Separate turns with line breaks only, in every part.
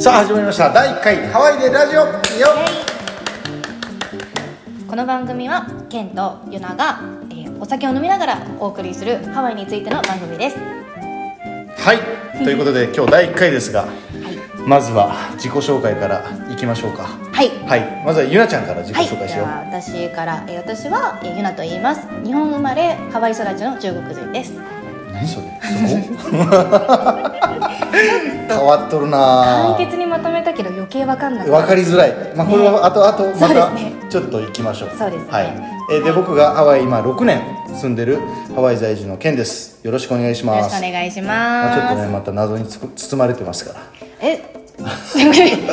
さあ始まりました第1回ハワイでラジオよ
この番組はケンとユナが、えーお酒を飲みながらお送りするハワイについての番組です。は
はいということで今日第1回ですがまずは自己紹介からいきましょうか
い。はい。
はいまずはゆなちゃんから自己
はい、
紹介し
で
よう、
は私から、えー私は、えーユナと言います。日本生まれハワイ育ちの中国人です。
何それそこ 変わっとるな
簡潔にまとめたけど余計わかんない。
分かりづらい、まあ、これは後々また
そうです
ちょっと行きましょう
そうですね
はい、えーで僕がハワイ今6年住んでるハワイ在住のケンですよろしくお願いし
よろ
ま
しく
す
お願いし
まあ
ま
ちょっ
す。
とねまた謎につく包まれてますから
え、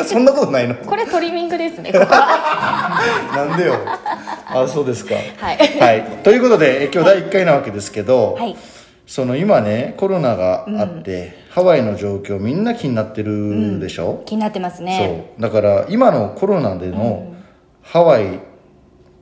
そんなことないの
これトリミングですね。ここは
なんでよあそうですかは
はい
い、ということでえ今日第1回なわけですけど、
はい
その今ねコロナがあって、ハワイの状況みんな気になってるでしょ、
気になってますね。
そうだから今のコロナでのハワイ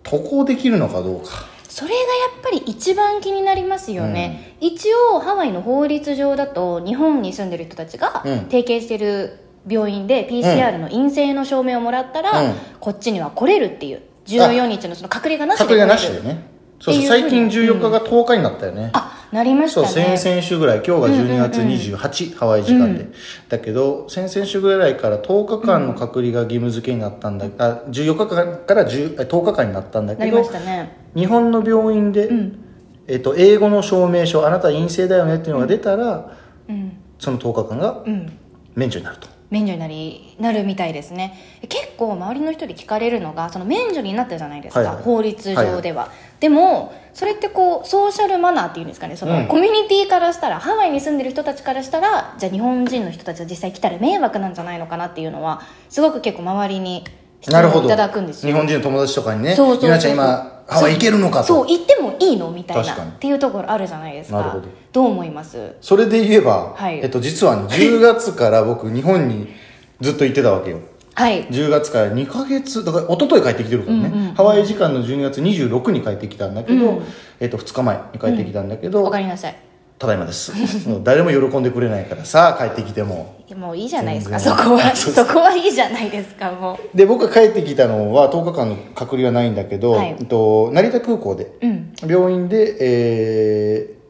渡航できるのかどうか
それがやっぱり一番気になりますよね、一応ハワイの法律上だと日本に住んでる人たちが
うん
提携してる病院で PCR の陰性の証明をもらったら、
うん
こっちには来れるっていう14日のその隔離がなしで来
隔
れ
離
る
がなしでねそうそう
っていうふ
最
うに
近14日が10日になったよね、
あなりまし
そう
たね
先々週ぐらい今日が12月28、ハワイ時間で、だけど先々週ぐらいから10日間の隔離が義務付けになったんだ、あ14日間から10え10日間になったんだ
な
け
りま
ど
したね
日本の病院で、えっと、英語の証明書あなた陰性だよねっていうのが出たら、
うん
その10日間が
うん
免除になると。
免除になりなるみたいですね結構周りの人に聞かれるのがその免除になったじゃないですか、
はいはい
法律上では、でもそれってこうソーシャルマナーっていうんですかねその、
うん
コミュニティからしたらハワイに住んでる人たちからしたらじゃあ日本人の人たちが実際来たら迷惑なんじゃないのかなっていうのはすごく結構周りに質
なるほ
問
ど
いただくんですよ
日本人の友達とかにね
そうそうそうそう
ゆなちゃん今ハワイ行けるのかと
そう行ってもいいのみたい
確か
な
に
っていうところあるじゃないですか
なるほど
どう思います
それで言えば、
はい
えっと、実は、ね、10月から僕日本にずっと行ってたわけよ
はい
10月から2ヶ月だから一昨日帰ってきてるからね、ハワイ時間の12月26に帰ってきたんだけど、えっと、2日前に帰ってきたんだけど、
おかえりなさい
ただいまですもう誰も喜んでくれないからさあ帰ってきても
いやもういいじゃないですかそ
全然
こは
あそう
そこはいいじゃないですかもう
で僕が帰ってきたのは10日間の隔離はないんだけど、
はい
えっと、成田空港で、
うん
病院で、えー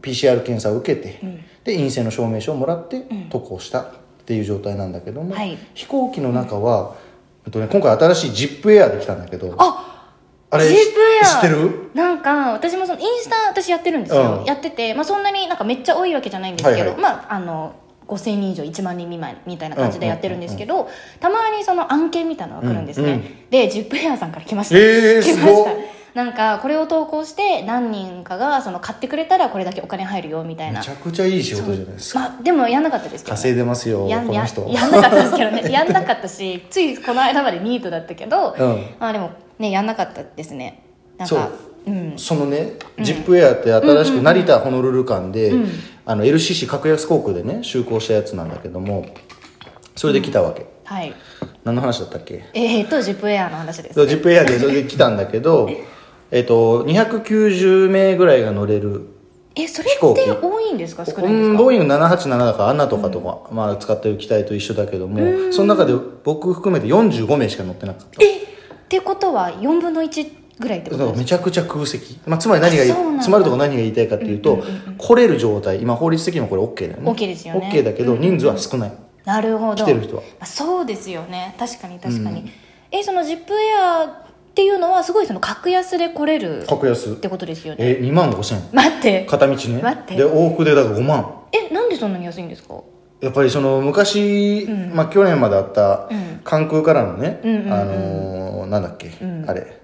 PCR 検査を受けて、で陰性の証明書をもらって渡航したっていう状態なんだけども、
はい
飛行機の中は、えっとね、今回新しいジップエアで来たんだけど
あ
あれ
ジップ
知
エ
っ
ア
てる
なんか私もそのインスタ私やってるんですよ、
うん
やってて、まあ、そんなになんかめっちゃ多いわけじゃないんですけど、
はいはい
まああの5000人以上1万人未満みたいな感じでやってるんですけど、たまにその案件みたいなのが来るんですね、
うんうん
でジップエアさんから来ました、
えー
来ます
ご
し
った
なんかこれを投稿して何人かがその買ってくれたらこれだけお金入るよみたい
め
な
ちゃくちゃいい仕事じゃないですか
まあでもやんなかったですけどね、
稼いでますよ
やん
この
や
人
やんなかったですけどね やんなかったしついこの間までニートだったけど、
うん
まあでもねやんなかったですねなん
そう
かうん
そのね、ジップエアって新しく成田ホノルル間で、あの LCC 格安航空でね就航したやつなんだけどもそれで来たわけ、
はい
何の話だったっけ
えー、とジップエアの話です
そうジップエアでそれで来たんだけどえっと290名ぐらいが乗れる
えそれ
飛行
っ
機
て多いんですか少
う
ないんで
ん
すか
ボーイング787だからアナとかとか、まあ、使ってる機体と一緒だけどもその中で僕含めて45名しか乗ってなかった
ってことは4分の1ぐらいってこ
だ
と
か
で
ら
す
めちゃくちゃ空席、まあ、つまり何が言い
あそうなんだ
つまるとこ何が言いたいかっていうと、来れる状態今法律的にもこれ OK だよね
OK ですよね
OK だけど人数は少ない、
なるほど
来てる人は
あそうですよね確かに確かに、えそのジップエアっていうのはすごいその格安で来れるっ
格安
てことですよね
え2万5千
待って
片道ね
待って
で往復でだから5万
えなんでそんなに安いんですか
やっぱりその昔、まあ、去年まであった関空からのね、
うんうんうんうん
あのーなんだっけ、あれ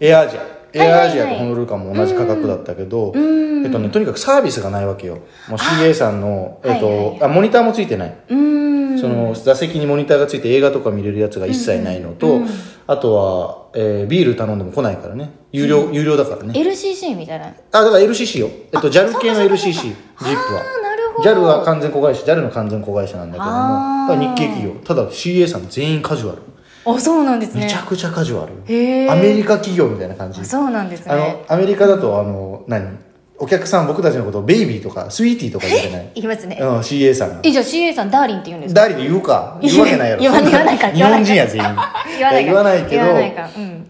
エアアジアエアアジアとホノルル間も同じ価格だったけど、えっとね、とにかくサービスがないわけよもう CA さんの、えっと
はいはい
あモニターもついてない、
うーん
その座席にモニターがついて映画とか見れるやつが一切ないのと、あとは、えービール頼んでも来ないからね有料,、有料だからね
LCC みたいな
あだから LCC よ、えっと、JAL 系の LCC ジップは
ああなるほど
JAL は完全子会社 JAL の完全子会社なんだけども
あー
だから日系企業ただ CA さん全員カジュアル
あそうなんですね
めちゃくちゃカジュアル、
へー
アメリカ企業みたいな感じ
あそうなんです
あ
ね
のアメリカだとあの何お客さん僕たちのことをベイビーとかスイーティーとか言うじゃない、
言いますね、
うん、CA さんが
えじゃあ CA さんダーリンって言うんですか
誰に言うか言うわけないやろ
言わ言わないか
日本人や全員
言わないか
言わないけど
言わないかうん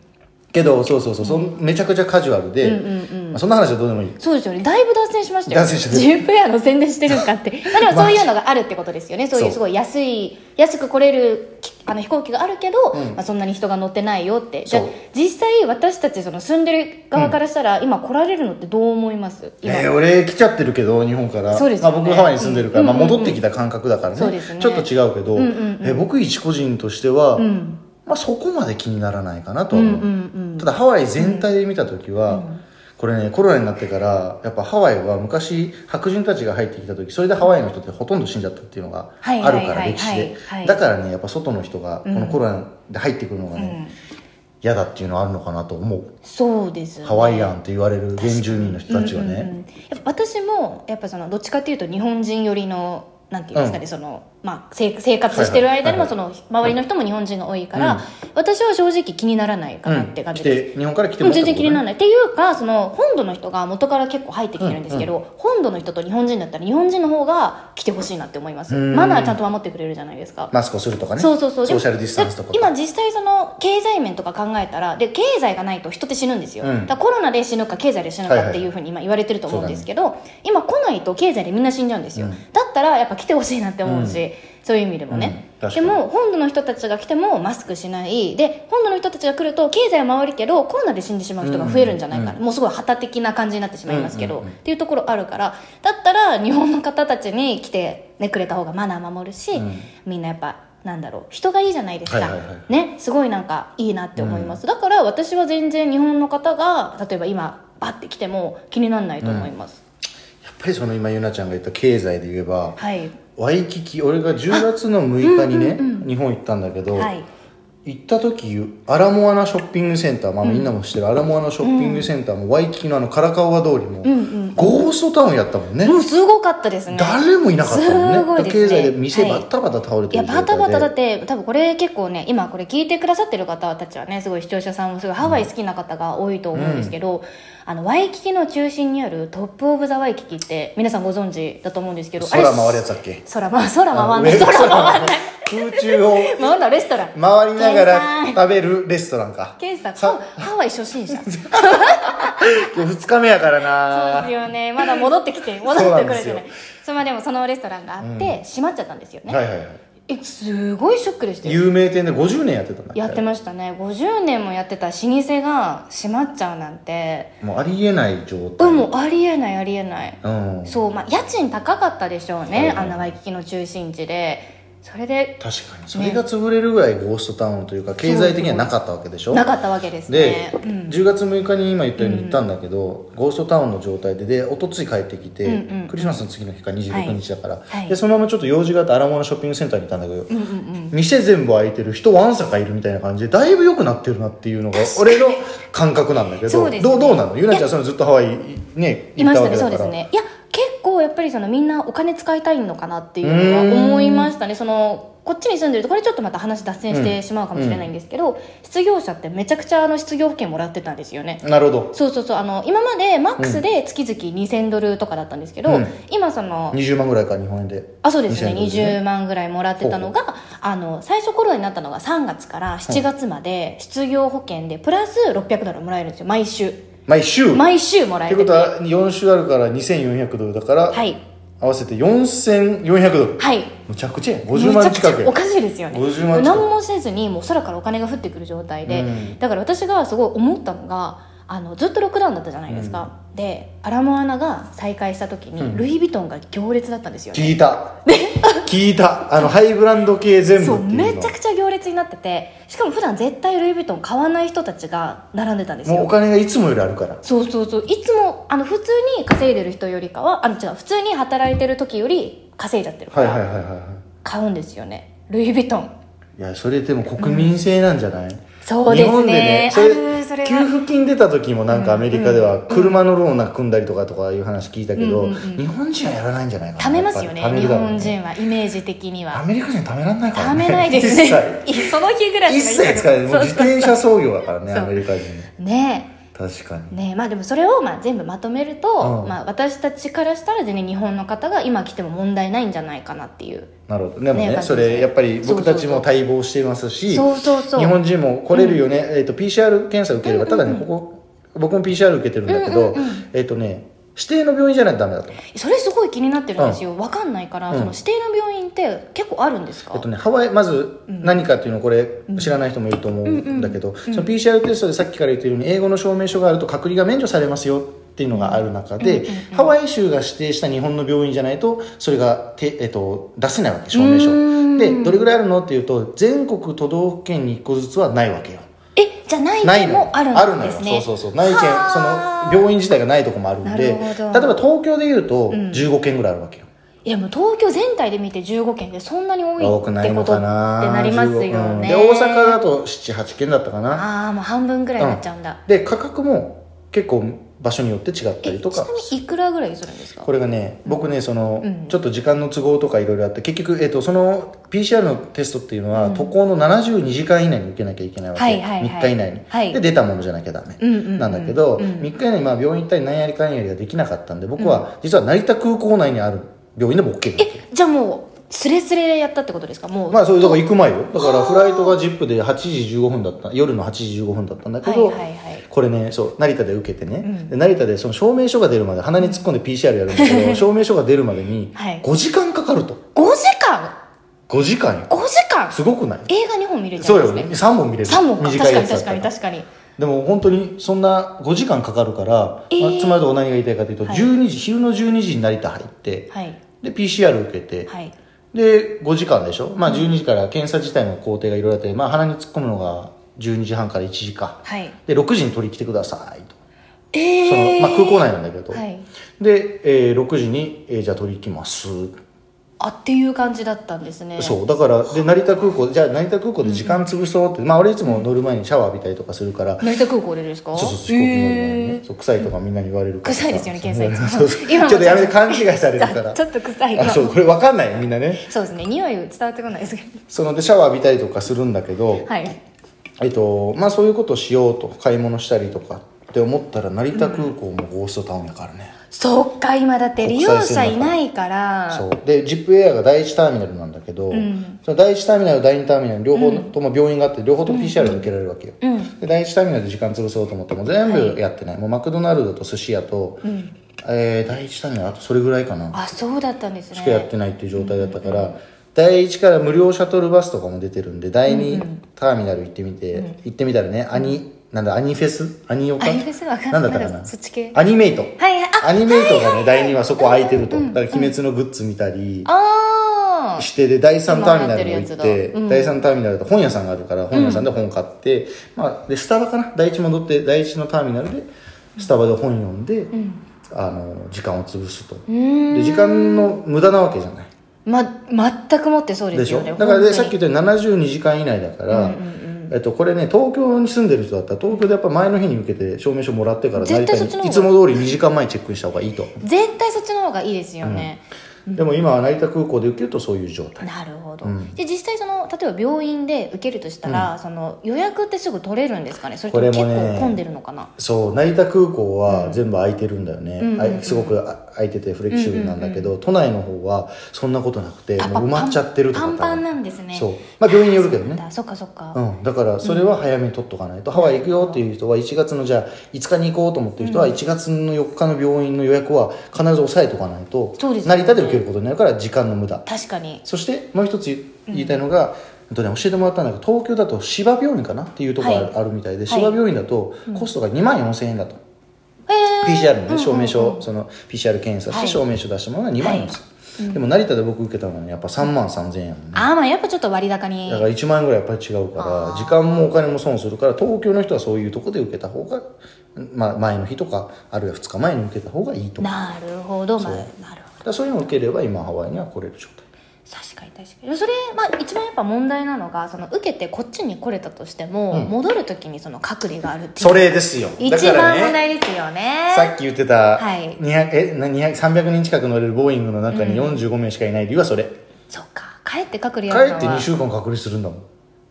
けどそうそうそう、そんめちゃくちゃカジュアルで、
うんうんうん
まあそんな話はどうでもいい
そうですよねだいぶ脱線しましたよ
脱線してる
ジップエアの宣伝してるんかって まあでもそういうのがあるってことですよねそうい
そうう
すごい安い安く来れるきあの飛行機があるけど、
うん
まあ、そんなに人が乗ってないよってじゃあ
そう
実際私たちその住んでる側からしたら、今来られるのってどう思います今、
えー俺来ちゃってるけど日本から、
そうです
ま
よ
あ、
ね
僕ハワイに住んでるから、
うん
まあ、戻ってきた感覚だからね,、
そうですね
ちょっと違うけど、
うんうんうん
えー僕一個人としては、
うん
まあ、そこまで気にならないかなと
う
は
んう
思う、
ん
ただハワイ全体で見た時は、これねコロナになってからやっぱハワイは昔白人たちが入ってきた時それでハワイの人ってほとんど死んじゃったっていうのがあ
はい
る
はいはい
から、歴史で、
はい
だからねやっぱ外の人がこ
うん
のコロナで入ってくるのが
うん、う
ね
ん、
嫌、だっていうのはあるのかなと思う
そうですね
ハワイアンって言われる原住民の人たちはね、
うんうんうんやっぱ私もやっぱそのどっちかっていうと日本人寄りのなんていうんですかね、そのまあ、せ生活してる間にも
はい
そ
はい
の周りの人も日本人が多いから、
うん
私は正直気にならないか
う
な
ん
って感じ
来
です、
て日本から来て
でも全然気になら
い
ないっていうかその本土の人が元から結構入ってきてるんですけど、本土の人と日本人だったら日本人の方が来てほしいなって思います
うん
マナーちゃんと守ってくれるじゃないですか
マスクをするとかね
そうそうそうで
ソ
も
ーシャルディスタンスとか
で今実際その経済面とか考えたらで経済がないと人って死ぬんですよ、
うん
だからコロナで死ぬか経済で死ぬ
はい
か
はい
っていうふうに今言われてると思うんですけど、今来ないと経済でみんな死んじゃうんですよ、
うん
だったらやっぱ来てほしいなって思うし、そういう意味でもね、
うん確
で
かに
も本土の人たちが来てもマスクしないで本土の人たちが来ると経済は回るけどコロナで死んでしまう人が増えるんじゃないかな、
うん
もうすごい旗的な感じになってしまいますけ
う
ど、
んうんうん
っていうところあるからだったら日本の方たちに来て、ね、くれた方がマナー守るし、
うん
みんなやっぱなんだろう人がいいじゃないですか、
はいはいはい
ねすごいなんかいいなって思います、だから私は全然日本の方が例えば今バッて来ても気にならないと思います、
やっぱりその今ゆなちゃんが言った経済で言えば
はい
ワイキキ俺が10月の6日にね、
うん
日本行ったんだけど、
はい
行った時アラモアナショッピングセンター、まあ、みんなも知ってるアラモアナショッピングセンターも、ワイキキのあのカラカオア通りも、
うんうん
ゴーストタウンやったもんね、
もうすごかったですね
誰もいなかったもんね
すごいですね
経済で店バタバタ倒れ
い
て
や
る状態
バ
で
タバタだって多分これ結構ね今これ聞いてくださってる方たちはねすごい視聴者さんもすごいハワイ好きな方が多いと思うんですけど、あのワイキキの中心にあるトップ・オブ・ザ・ワイキキって皆さんご存知だと思うんですけどあれ
空回るやつだっけ
空回空回んない
あ上
空回んない
空中を
回んないレストラン
回りなが
ケン
ら
さん
食べるレストランか
ケンさん
さ
ハハワイ初心 者そうです
今日2日目やからな
よねまだ戻ってきて戻
そうな
って
ん
く
で
る
す
じゃ
よ
ないそれまでもそのレストランがあって、閉まっちゃったんですよね、
はいはいはい
えすごいショックでしたよ
有名店で50年やってたんだ
やってましたね50年もやってた老舗が閉まっちゃうなんて
もうありえない状態
うんもうありえないありえない
うん
そうまあ家賃高かったでしょう
はい
ね
はい
あんなワイキキの中心地でそれで
確かにそれが潰れるぐらいゴーストタウンというか経済的にはなかったわけでしょ
なかったわけです
で
ね、うん
10月6日に今言ったように行ったんだけど、ゴーストタウンの状態ででおとつい帰ってきて、
うんうん
クリスマスの次の日か26日だから、
はい
でそのままちょっと用事があってアラモアナショッピングセンターに行ったんだけど、
うんうんうん
店全部開いてる人わんさかいるみたいな感じでだいぶ良くなってるなっていうのが俺の感覚なんだけ
そ
ど、
うですね
どうどうなのゆなちゃんそのずっとハワイね
い
行
ま
っ
したた
わ
ね
け
そ
だ
う
か
です
ら、
ねいや結構やっぱりそのみんなお金使いたいのかなっていうのは
うーん
思いましたねそのこっちに住んでるとこれちょっとまた話脱線してしまうかもしれないんですけど、失業者ってめちゃくちゃあの失業保険もらってたんですよね
なるほど
そうそうそうあの今までマックスで月々2000ドルとかだったんですけど、
うん
今その
20万ぐらいか日本円で
あそうですね
2000ドルでね
20万ぐらいもらってたのがあの最初コロナになったのが3月から7月まで失業保険でプラス600ドルもらえるんですよ毎週
毎週
毎週もら
っ
え
てこ
る
とは4週あるから2400ドルだから、
はい
合わせて4400ドル
はい
むちゃくちゃやん50万近く
めちゃちゃお
や
かしいですよね
50万近く
何もせずにもう空からお金が降ってくる状態で、
うん
だから私がすごい思ったのがあのずっとロックダウンだったじゃないですか、でアラモアナが再開した時に、
うん
ルイ・ヴィトンが行列だったんですよね
聞いた聞いたあのハイブランド系全
そ
部
う
っていうの
めちゃくちゃ行列になっててしかも普段絶対ルイ・ヴィトン買わない人たちが並んでたんです
もうお
よ
金がいつもよりあるから
そうそうそういつもあの普通に稼いでる人よりかはあの違う普通に働いてる時より稼いじゃってるか
はいはいはい
ら
はいは
買うんですよね、ルイ・ヴィトン
いいやそれでも国民性なんじゃない、
そう
日
ですね
本でねそ
あ
れ
るそれは
給付金出た時もなんかアメリカでは車のローンなんか組んだりとかとかいう話聞いたけど、
うんうんうん
日本人はやらないんじゃないかな
貯めますよね
やっぱり
日
貯めるだろう
本人はイメージ的に
ア
は
メリカ人は貯めらんないから
貯
ね
めないですね
一切
その日ぐら い
一
しか
切使えないもう
そう
自転車操業だからね
そう
アメリカ人
ねえ
確かに、
ねまあ、でもそれをまあ全部まとめると、
うん
まあ、私たちからしたら全然日本の方が今来ても問題ないんじゃないかなっていう
なるほどでもね
ね
それやっぱり僕たちも待望していますし
そうそうそう
日本人も来れるよね、えっと PCR 検査受ければ、ただねここ僕も PCR 受けてるんだけど、えっ、とね指定の病院じゃないとダメだと
それすごい気になってるんですよ、わかんないから、
うん
その指定の病院って結構あるんですか、
えっとね、ハワイまず何かっていうのをこれ知らない人もいると思うんだけど、その PCR テストでさっきから言ってるように英語の証明書があると隔離が免除されますよっていうのがある中で、ハワイ州が指定した日本の病院じゃないとそれがて、えっと、出せないわけ証明
うー
書
ん
でどれぐらいあるのっていうと全国都道府県に1個ずつはないわけよ。
えじゃあない
ない
県
のよ
もあ
ある
るん
のよ
です
そ
ね
うそうそうない県そ
はあ
の病院自体がないとこもあるんで
な
例
る
え
ほど
ば東京でいうと15県ぐらいあるわけよ、
いやもう東京全体で見て15県でそんなに多い
多く
っ
ない
て
の
こと
か
って
な
なりますよね、
15うんで大阪だと78件だったかな
ああもう半分ぐらいになっちゃうんだ、
で価格も結構場所によって違った
え
り
ち
とか
なみにいくらぐらいするんですか
これがね僕ねその、
うん
ちょっと時間の都合とかいろいろあって結局、えっとその PCR のテストっていうのは、渡航の72時間以内に受けなきゃいけないわけ、
はいはいはい
3日以内に、
はい
で出たものじゃなきゃダメ、
うんうんうん
なんだけど、
うん
3日以内にまあ病院行ったり何やりかんやりができなかったんで僕は実は成田空港内にある病院でも OK だった
えじゃあもうスレスレでやったってことですかもう、
まあそういうとこ行く前よだからフライトが ZIP で8時15分だった夜の8時15分だったんだけど、
はいはいはい
これねそう成田で受けてね、で成田でその証明書が出るまで鼻に突っ込んで PCR やるんだけど証明書が出るまでに
はい
5時間かかると
5時間
5時間よ
5時間
すごくない
映画2本見れちゃ
そ
うん
う
で
よ
す
ね
ね
3本見れる
3本か
短
確
い
か
や
に
つだっ
確
た
からに確かに
でも本当にそんな5時間かかるから、
えー
まあつまりど何が言いたいかというと、
はい
12時昼の12時に成田入って
はい
で PCR 受けて、
はい
で5時間でしょ、まあ、12時から検査自体の工程がいろいろあって、まあ、鼻に突っ込むのが12時半から1時か
はい
で6時に取りに来てくださいと
え
その、
え
まあ、空港内なんだけど、
はい
で、えー6時に、えーじゃあ取りに来ます、
あっていう感じだったんですね
そうだからで成田空港じゃあ成田空港で時間潰そうって、まあ、俺いつも乗る前にシャワー浴びたりとかするから、
成田空港でですか
そうそう飛行機乗る前に
へ
ね、
ー
そう臭いとかみんなに言われるからさ
臭いですよね検査
そうそうちょ
今
っ
も
とやめて勘違いされるから
ちょっと臭い
あそうこれ分かんないよみんなね
そうですね匂い伝わってこないですけど
そのでシャワー浴びたりとかするんだけど、
はい
えっとまあ、そういうことをしようと買い物したりとかって思ったら成田空港もゴーストタウンだからね、
そっか今だって利用者いないから
そうで ZIP エアが第1ターミナルなんだけど、
ん
その第1ターミナル第2ターミナル両方とも病院があって両方とも PCR が受けられるわけよ、
うん
で第1ターミナルで時間潰そうと思っても全
は
部やってない、もうマクドナルドと寿司屋と、えー第1ターミナルあとそれぐらいかな
あそうだったんです
しかやっ
ね
てないっていう状態だったから、第1から無料シャトルバスとかも出てるんで第2ターミナル行ってみて、行ってみたらねアニなんだアニフェスアニオカ
アニフェスわかん
な
ない
んだったかな
そっち系
アニメイト
はいはいあ
アニメイトがね第2はそこ空いてると、だから「鬼滅のグッズ」見たり
あー
してで第3ターミナルも
今やってるや
行
つ
っ
だ
て、
うん
第3ターミナルと本屋さんがあるから本屋さんで本買って、まあ、でスタバかな第1戻って第1のターミナルでスタバで本読んで、あの時間を潰すと、
うーん
で時間の無駄なわけじゃない
ま全くもってそうで
ですし
よ
ょ
ね
だからでさっ
本
き言ったように72時間以内だから、えっと、これね東京に住んでる人だったら東京でやっぱ前の日に受けて証明書もらってから
絶対そっちの方が
いつも通り2時間前にチェックした方がいいと、
当に絶対そっちの方がいいですよね
でも今は成田空港で受けるとそういう状態
なるほど、で実際その例えば病院で受けるとしたら、その予約ってすぐ取れるんですかねそれとも
これ
結
もね
構混んでるのかな、
そう成田空港は全部空いてるんだよね、あいすごくあ空いててフレキシブルなんだけど、都内の方はそんなことなくて
あ
もう埋まっちゃってるとか
パンパンパンなんですね
そうまあ病院によるけどね
だそっかそっか、
うん、だからそれは早めに取っとかないと、ハワイ行くよっていう人は1月のじゃあ5日に行こうと思ってる人は1月の4日の病院の予約は必ず押さえとかないと、
そうですよね
成田で受けることになるから時間の無駄
確かに
そしてもう一つ言いたいのが、えっとね、教えてもらったんだけど東京だと芝病院かなっていうところがある,、
はい
みたいで
い
芝病院だとコストが2万4000円だと、
へえ
PCR の、ね証明書、その PCR 検査し
は
て
い
証明書出したものが2万4000円、でも成田で僕受けたのは、ね、やっぱ3万3000円やもんね
ああまあやっぱちょっと割高に
だから1万円ぐらいやっぱり違うから時間もお金も損するから東京の人はそういうとこで受けた方が、まあ、前の日とかあるいは2日前に受けた方がいいとだか
なるほどまあ
そう
なるほど
らそういうのを受ければ今ハワイには来れる状態
確かに確かにでもそれ、まあ、一番やっぱ問題なのがその受けてこっちに来れたとしても、戻る時にその隔離があるっていう
それですよ
一
だから
番問
ね
題ですよね
さっき言ってた、
はい
200えな200 300人近く乗れるボーイングの中に45名しかいない理由はそれ、
そっか帰って隔離や
帰
るの
っ
は
て2週間隔離するんだもん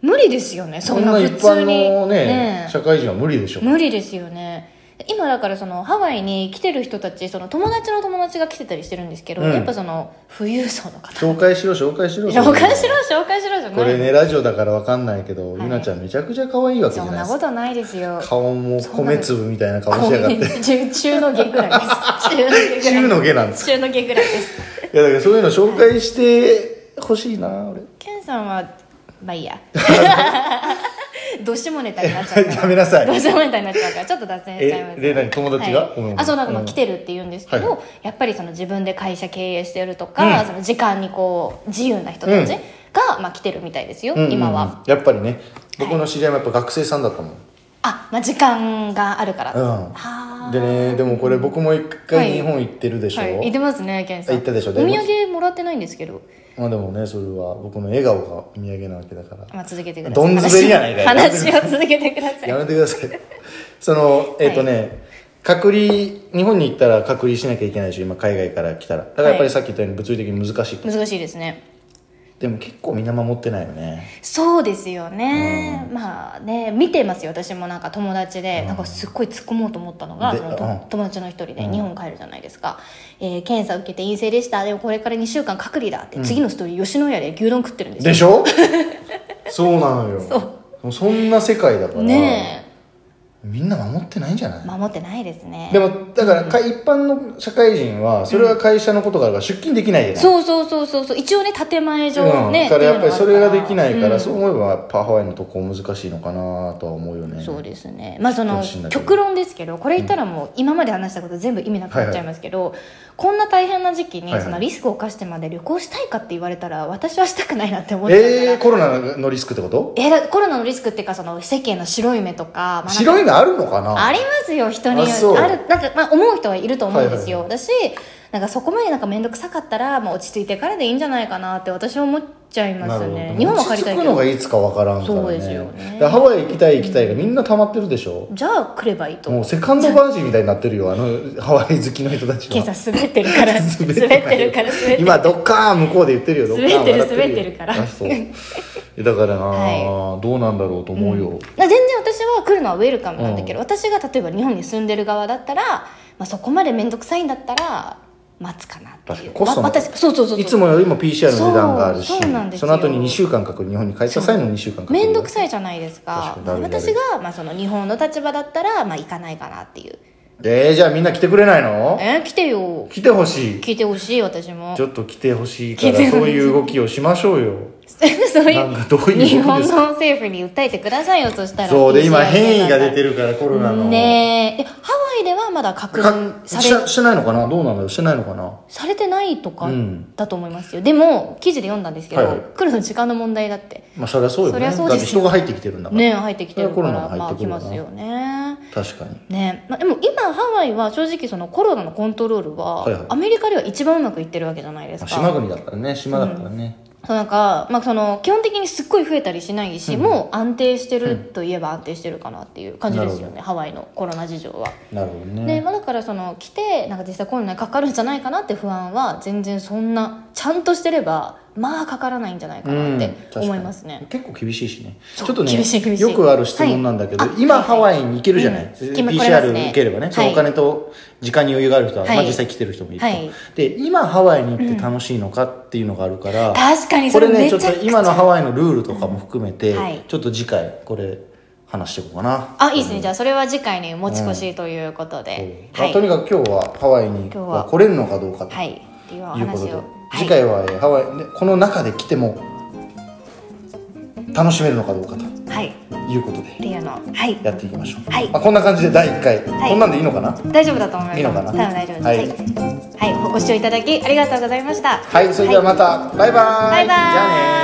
無理ですよねそ
そ
ん
ん
な
な
普
一
通
般
に
のね
ねえ
社会人は無理でしょ
無理ですよね今だからそのハワイに来てる人たちその友達の友達が来てたりしてるんですけど、
うん
やっぱその富裕層の方
紹介しろ紹介しろ
紹介しろ紹介しろじゃない
これねラジオだからわかんないけど、ゆなちゃんめちゃくちゃ可愛いわけじゃ
そん
ない
な
です
こ
か
とないですよ
顔も米粒みたいな顔しやがって
中中の下ぐらい です
中
中
の
の下ぐら
下な
い
んです
中の下ぐらいです
いやだからそういうの紹介してほしいな俺
ケンさんはまあ いいやどしもネタになっちゃうから
やめなさい
どうしようもネタになっちゃうからちょっと脱線しちゃいます
え例の友達が
はい
ごめんごめん
あそうなんかまあ
うん
来てるって言うんですけど、
はい
やっぱりその自分で会社経営してるとか、
うん
その時間にこう自由な人たちが、まあ、来てるみたいですよ、
うんうんうん
今は
やっぱりね僕の知り合いもやっぱ学生さんだったもん、
あ、まあ、時間があるから、
うん
は
でねでもこれ僕も一
はい
回日本行ってるでしょ、
はい、行ってますねケンさん
行ったでしょ
お土産もらってないんですけど
まあでもねそれは僕の笑顔がお土産なわけだから
まあ、続けてください。
どんずべりやないかい
話を続けてくださ い。
やめてくださいそのえっ、とね、隔離日本に行ったら隔離しなきゃいけないでしょ今海外から来たらだからやっぱりさっき言ったように物理的に難しい、
難しいですね。
でも結構みんな守ってないよね
そうですよね。まあね、見てますよ。私もなんか友達で、なんかすっごい突っ込もうと思ったのが、
で
そのと
うん
友達の一人で日本帰るじゃないですか。えー検査受けて陰性でした。でもこれから2週間隔離だって、次のストーリー、吉野家で牛丼食ってるんです
で
よ。
しょそうなのよ
そう
もうそんな世界だから、
ね
みんな守ってないんじゃない、
え、守ってないですね。
でもだからか一般の社会人はそれは会社のことがあるから出勤できないじゃない、
そうそうそうそうそう。一応ね、建前上
うん
ね。
だからやっぱりそれができない
ら
から、そう思えばやっぱハワイのとこ難しいのかなとは思うよね
そうですね、まあ、その
楽しいんだけど
極論ですけどこれ言ったらもう今まで話したこと全部意味なくなっちゃいますけど、こんな大変な時期に
はいはい
そのリスクを冒してまで旅行したいかって言われたら私はしたくないなって思っちゃうから、
えー、コロナのリスクってこと
えーだコロナのリスクっていうかその世間の白い目とか,、まあなんか
白いのあるのかな
ありますよ人に
あそう
あるなんか、まあ、思う人はいると思うんですよ、
は
だしなんかそこまでなんか面倒くさかったら、まあ、落ち着いてからでいいんじゃないかなって私は思っちゃいますね日本は借りたい
落ち着く
け
のが
ど
いつかわからんから、ね、
そうですよね
だからハワイ行きたい行きたいがみんな溜まってるでしょ、
じゃあ来ればいいと
もうセカンドバージンみたいになってるよあのハワイ好きの人たち
今
は
朝滑ってるから滑ってるから滑ってる
今どっかー向こうで言ってるよどっかー
滑って
笑
る
よ
滑ってるから
あそうえだ からな、どうなんだろうと思うよ、
な全然私は来るのはウェルカムなんだけど、私が例えば日本に住んでる側だったら、まあ、そこまで面倒くさいんだったら待つかなって
確
い
か
う
にコストも
わ私そうそうそうそう
いつもよりも PCR の値段があるし
そうそうなんですよ
の後に2週間隔離日本に帰った際の2週間隔離
面倒くさいじゃないですか
確かになる
私が、まあ、その日本の立場だったら、まあ、行かないかなっていう
えー、じゃあみんな来てくれないの
えー来てよ
来てほしい
聞いてほしい私も
ちょっと来てほしいから
来てほしい
そういう動きをしましょうよ
そう
なん
い
かどういう動き
う
です
日
か
本の政府に訴えてくださいよそしたら
そうで今
PCR
変異が出てるからコロナの
ねええハワイではまだ確
か
認さ
し
れ
してないのかなどうなんだろうしてないのかな
されてないとか
うん
だと思いますよ、でも記事で読んだんですけど、
はいはい
来るの時間の問題だって
まあそりゃそうよ
そ
ね
りゃそう
だっ
で
て
すよ
人が入ってきてるんだから、
ね入ってきてるか
それ
ら
はコロナ
ま
入
あ
ってく
来
るわ
ま
な
すよね
確かに
ねまあ、でも今ハワイは正直そのコロナのコントロールは、
はいはい
アメリカでは一番うまくいってるわけじゃないです
まあ
か
島国だからね島だからね、
そうなんか、まあ、その基本的にすっごい増えたりしないし、もう安定してるといえば安定してるかなっていう感じですよ
なる
ねハワイのコロナ事情は。
なるほどね
でまあ、だからその来てなんか実際コロナにかかるんじゃないかなって不安は全然そんなちゃんとしてればまあかからないんじゃないかなって
確かに
思いますね、
結構厳しいしねち
そう
ょっとね
厳しい厳しい
よくある質問なんだけど、
はいあ
今、
はい
ハワイに行けるじゃない、
うん今来れます
PCR
ね
受ければね、そ
は
の
い
お金と時間に余裕がある人は、
はい
まあ、実際来てる人もいると、
はい
で今ハワイに行って楽しいのかっていうのがあるから、
確かに
こ
それ
れ
め
ね
ち
ち
ゃ
ょっ
くちゃ
と今のハワイのルールとかも含めて、
うんはい
ちょっと次回これ話していこうかな、
あいいですね、じゃあそれは次回に持ち越しということで、
そう
はい
あとにかく今日はハワイに
今日は
来れるのかどうかと
はいっていうお
いうこと
話
で、
をはい
次回はえーハワイでこの中で来ても楽しめるのかどうかと
はいっ
いうことで
ていうのはい
やっていきましょう、
はい
まあ、こんな感じで第1回、
い
こんなんでいいのかな
大丈夫だと思います
いいのかな
多分大丈夫ですは
はいい、
はいご視聴いただきありがとうございました
はいそれではまた、バイバーイ
バイバーイ
じゃあねー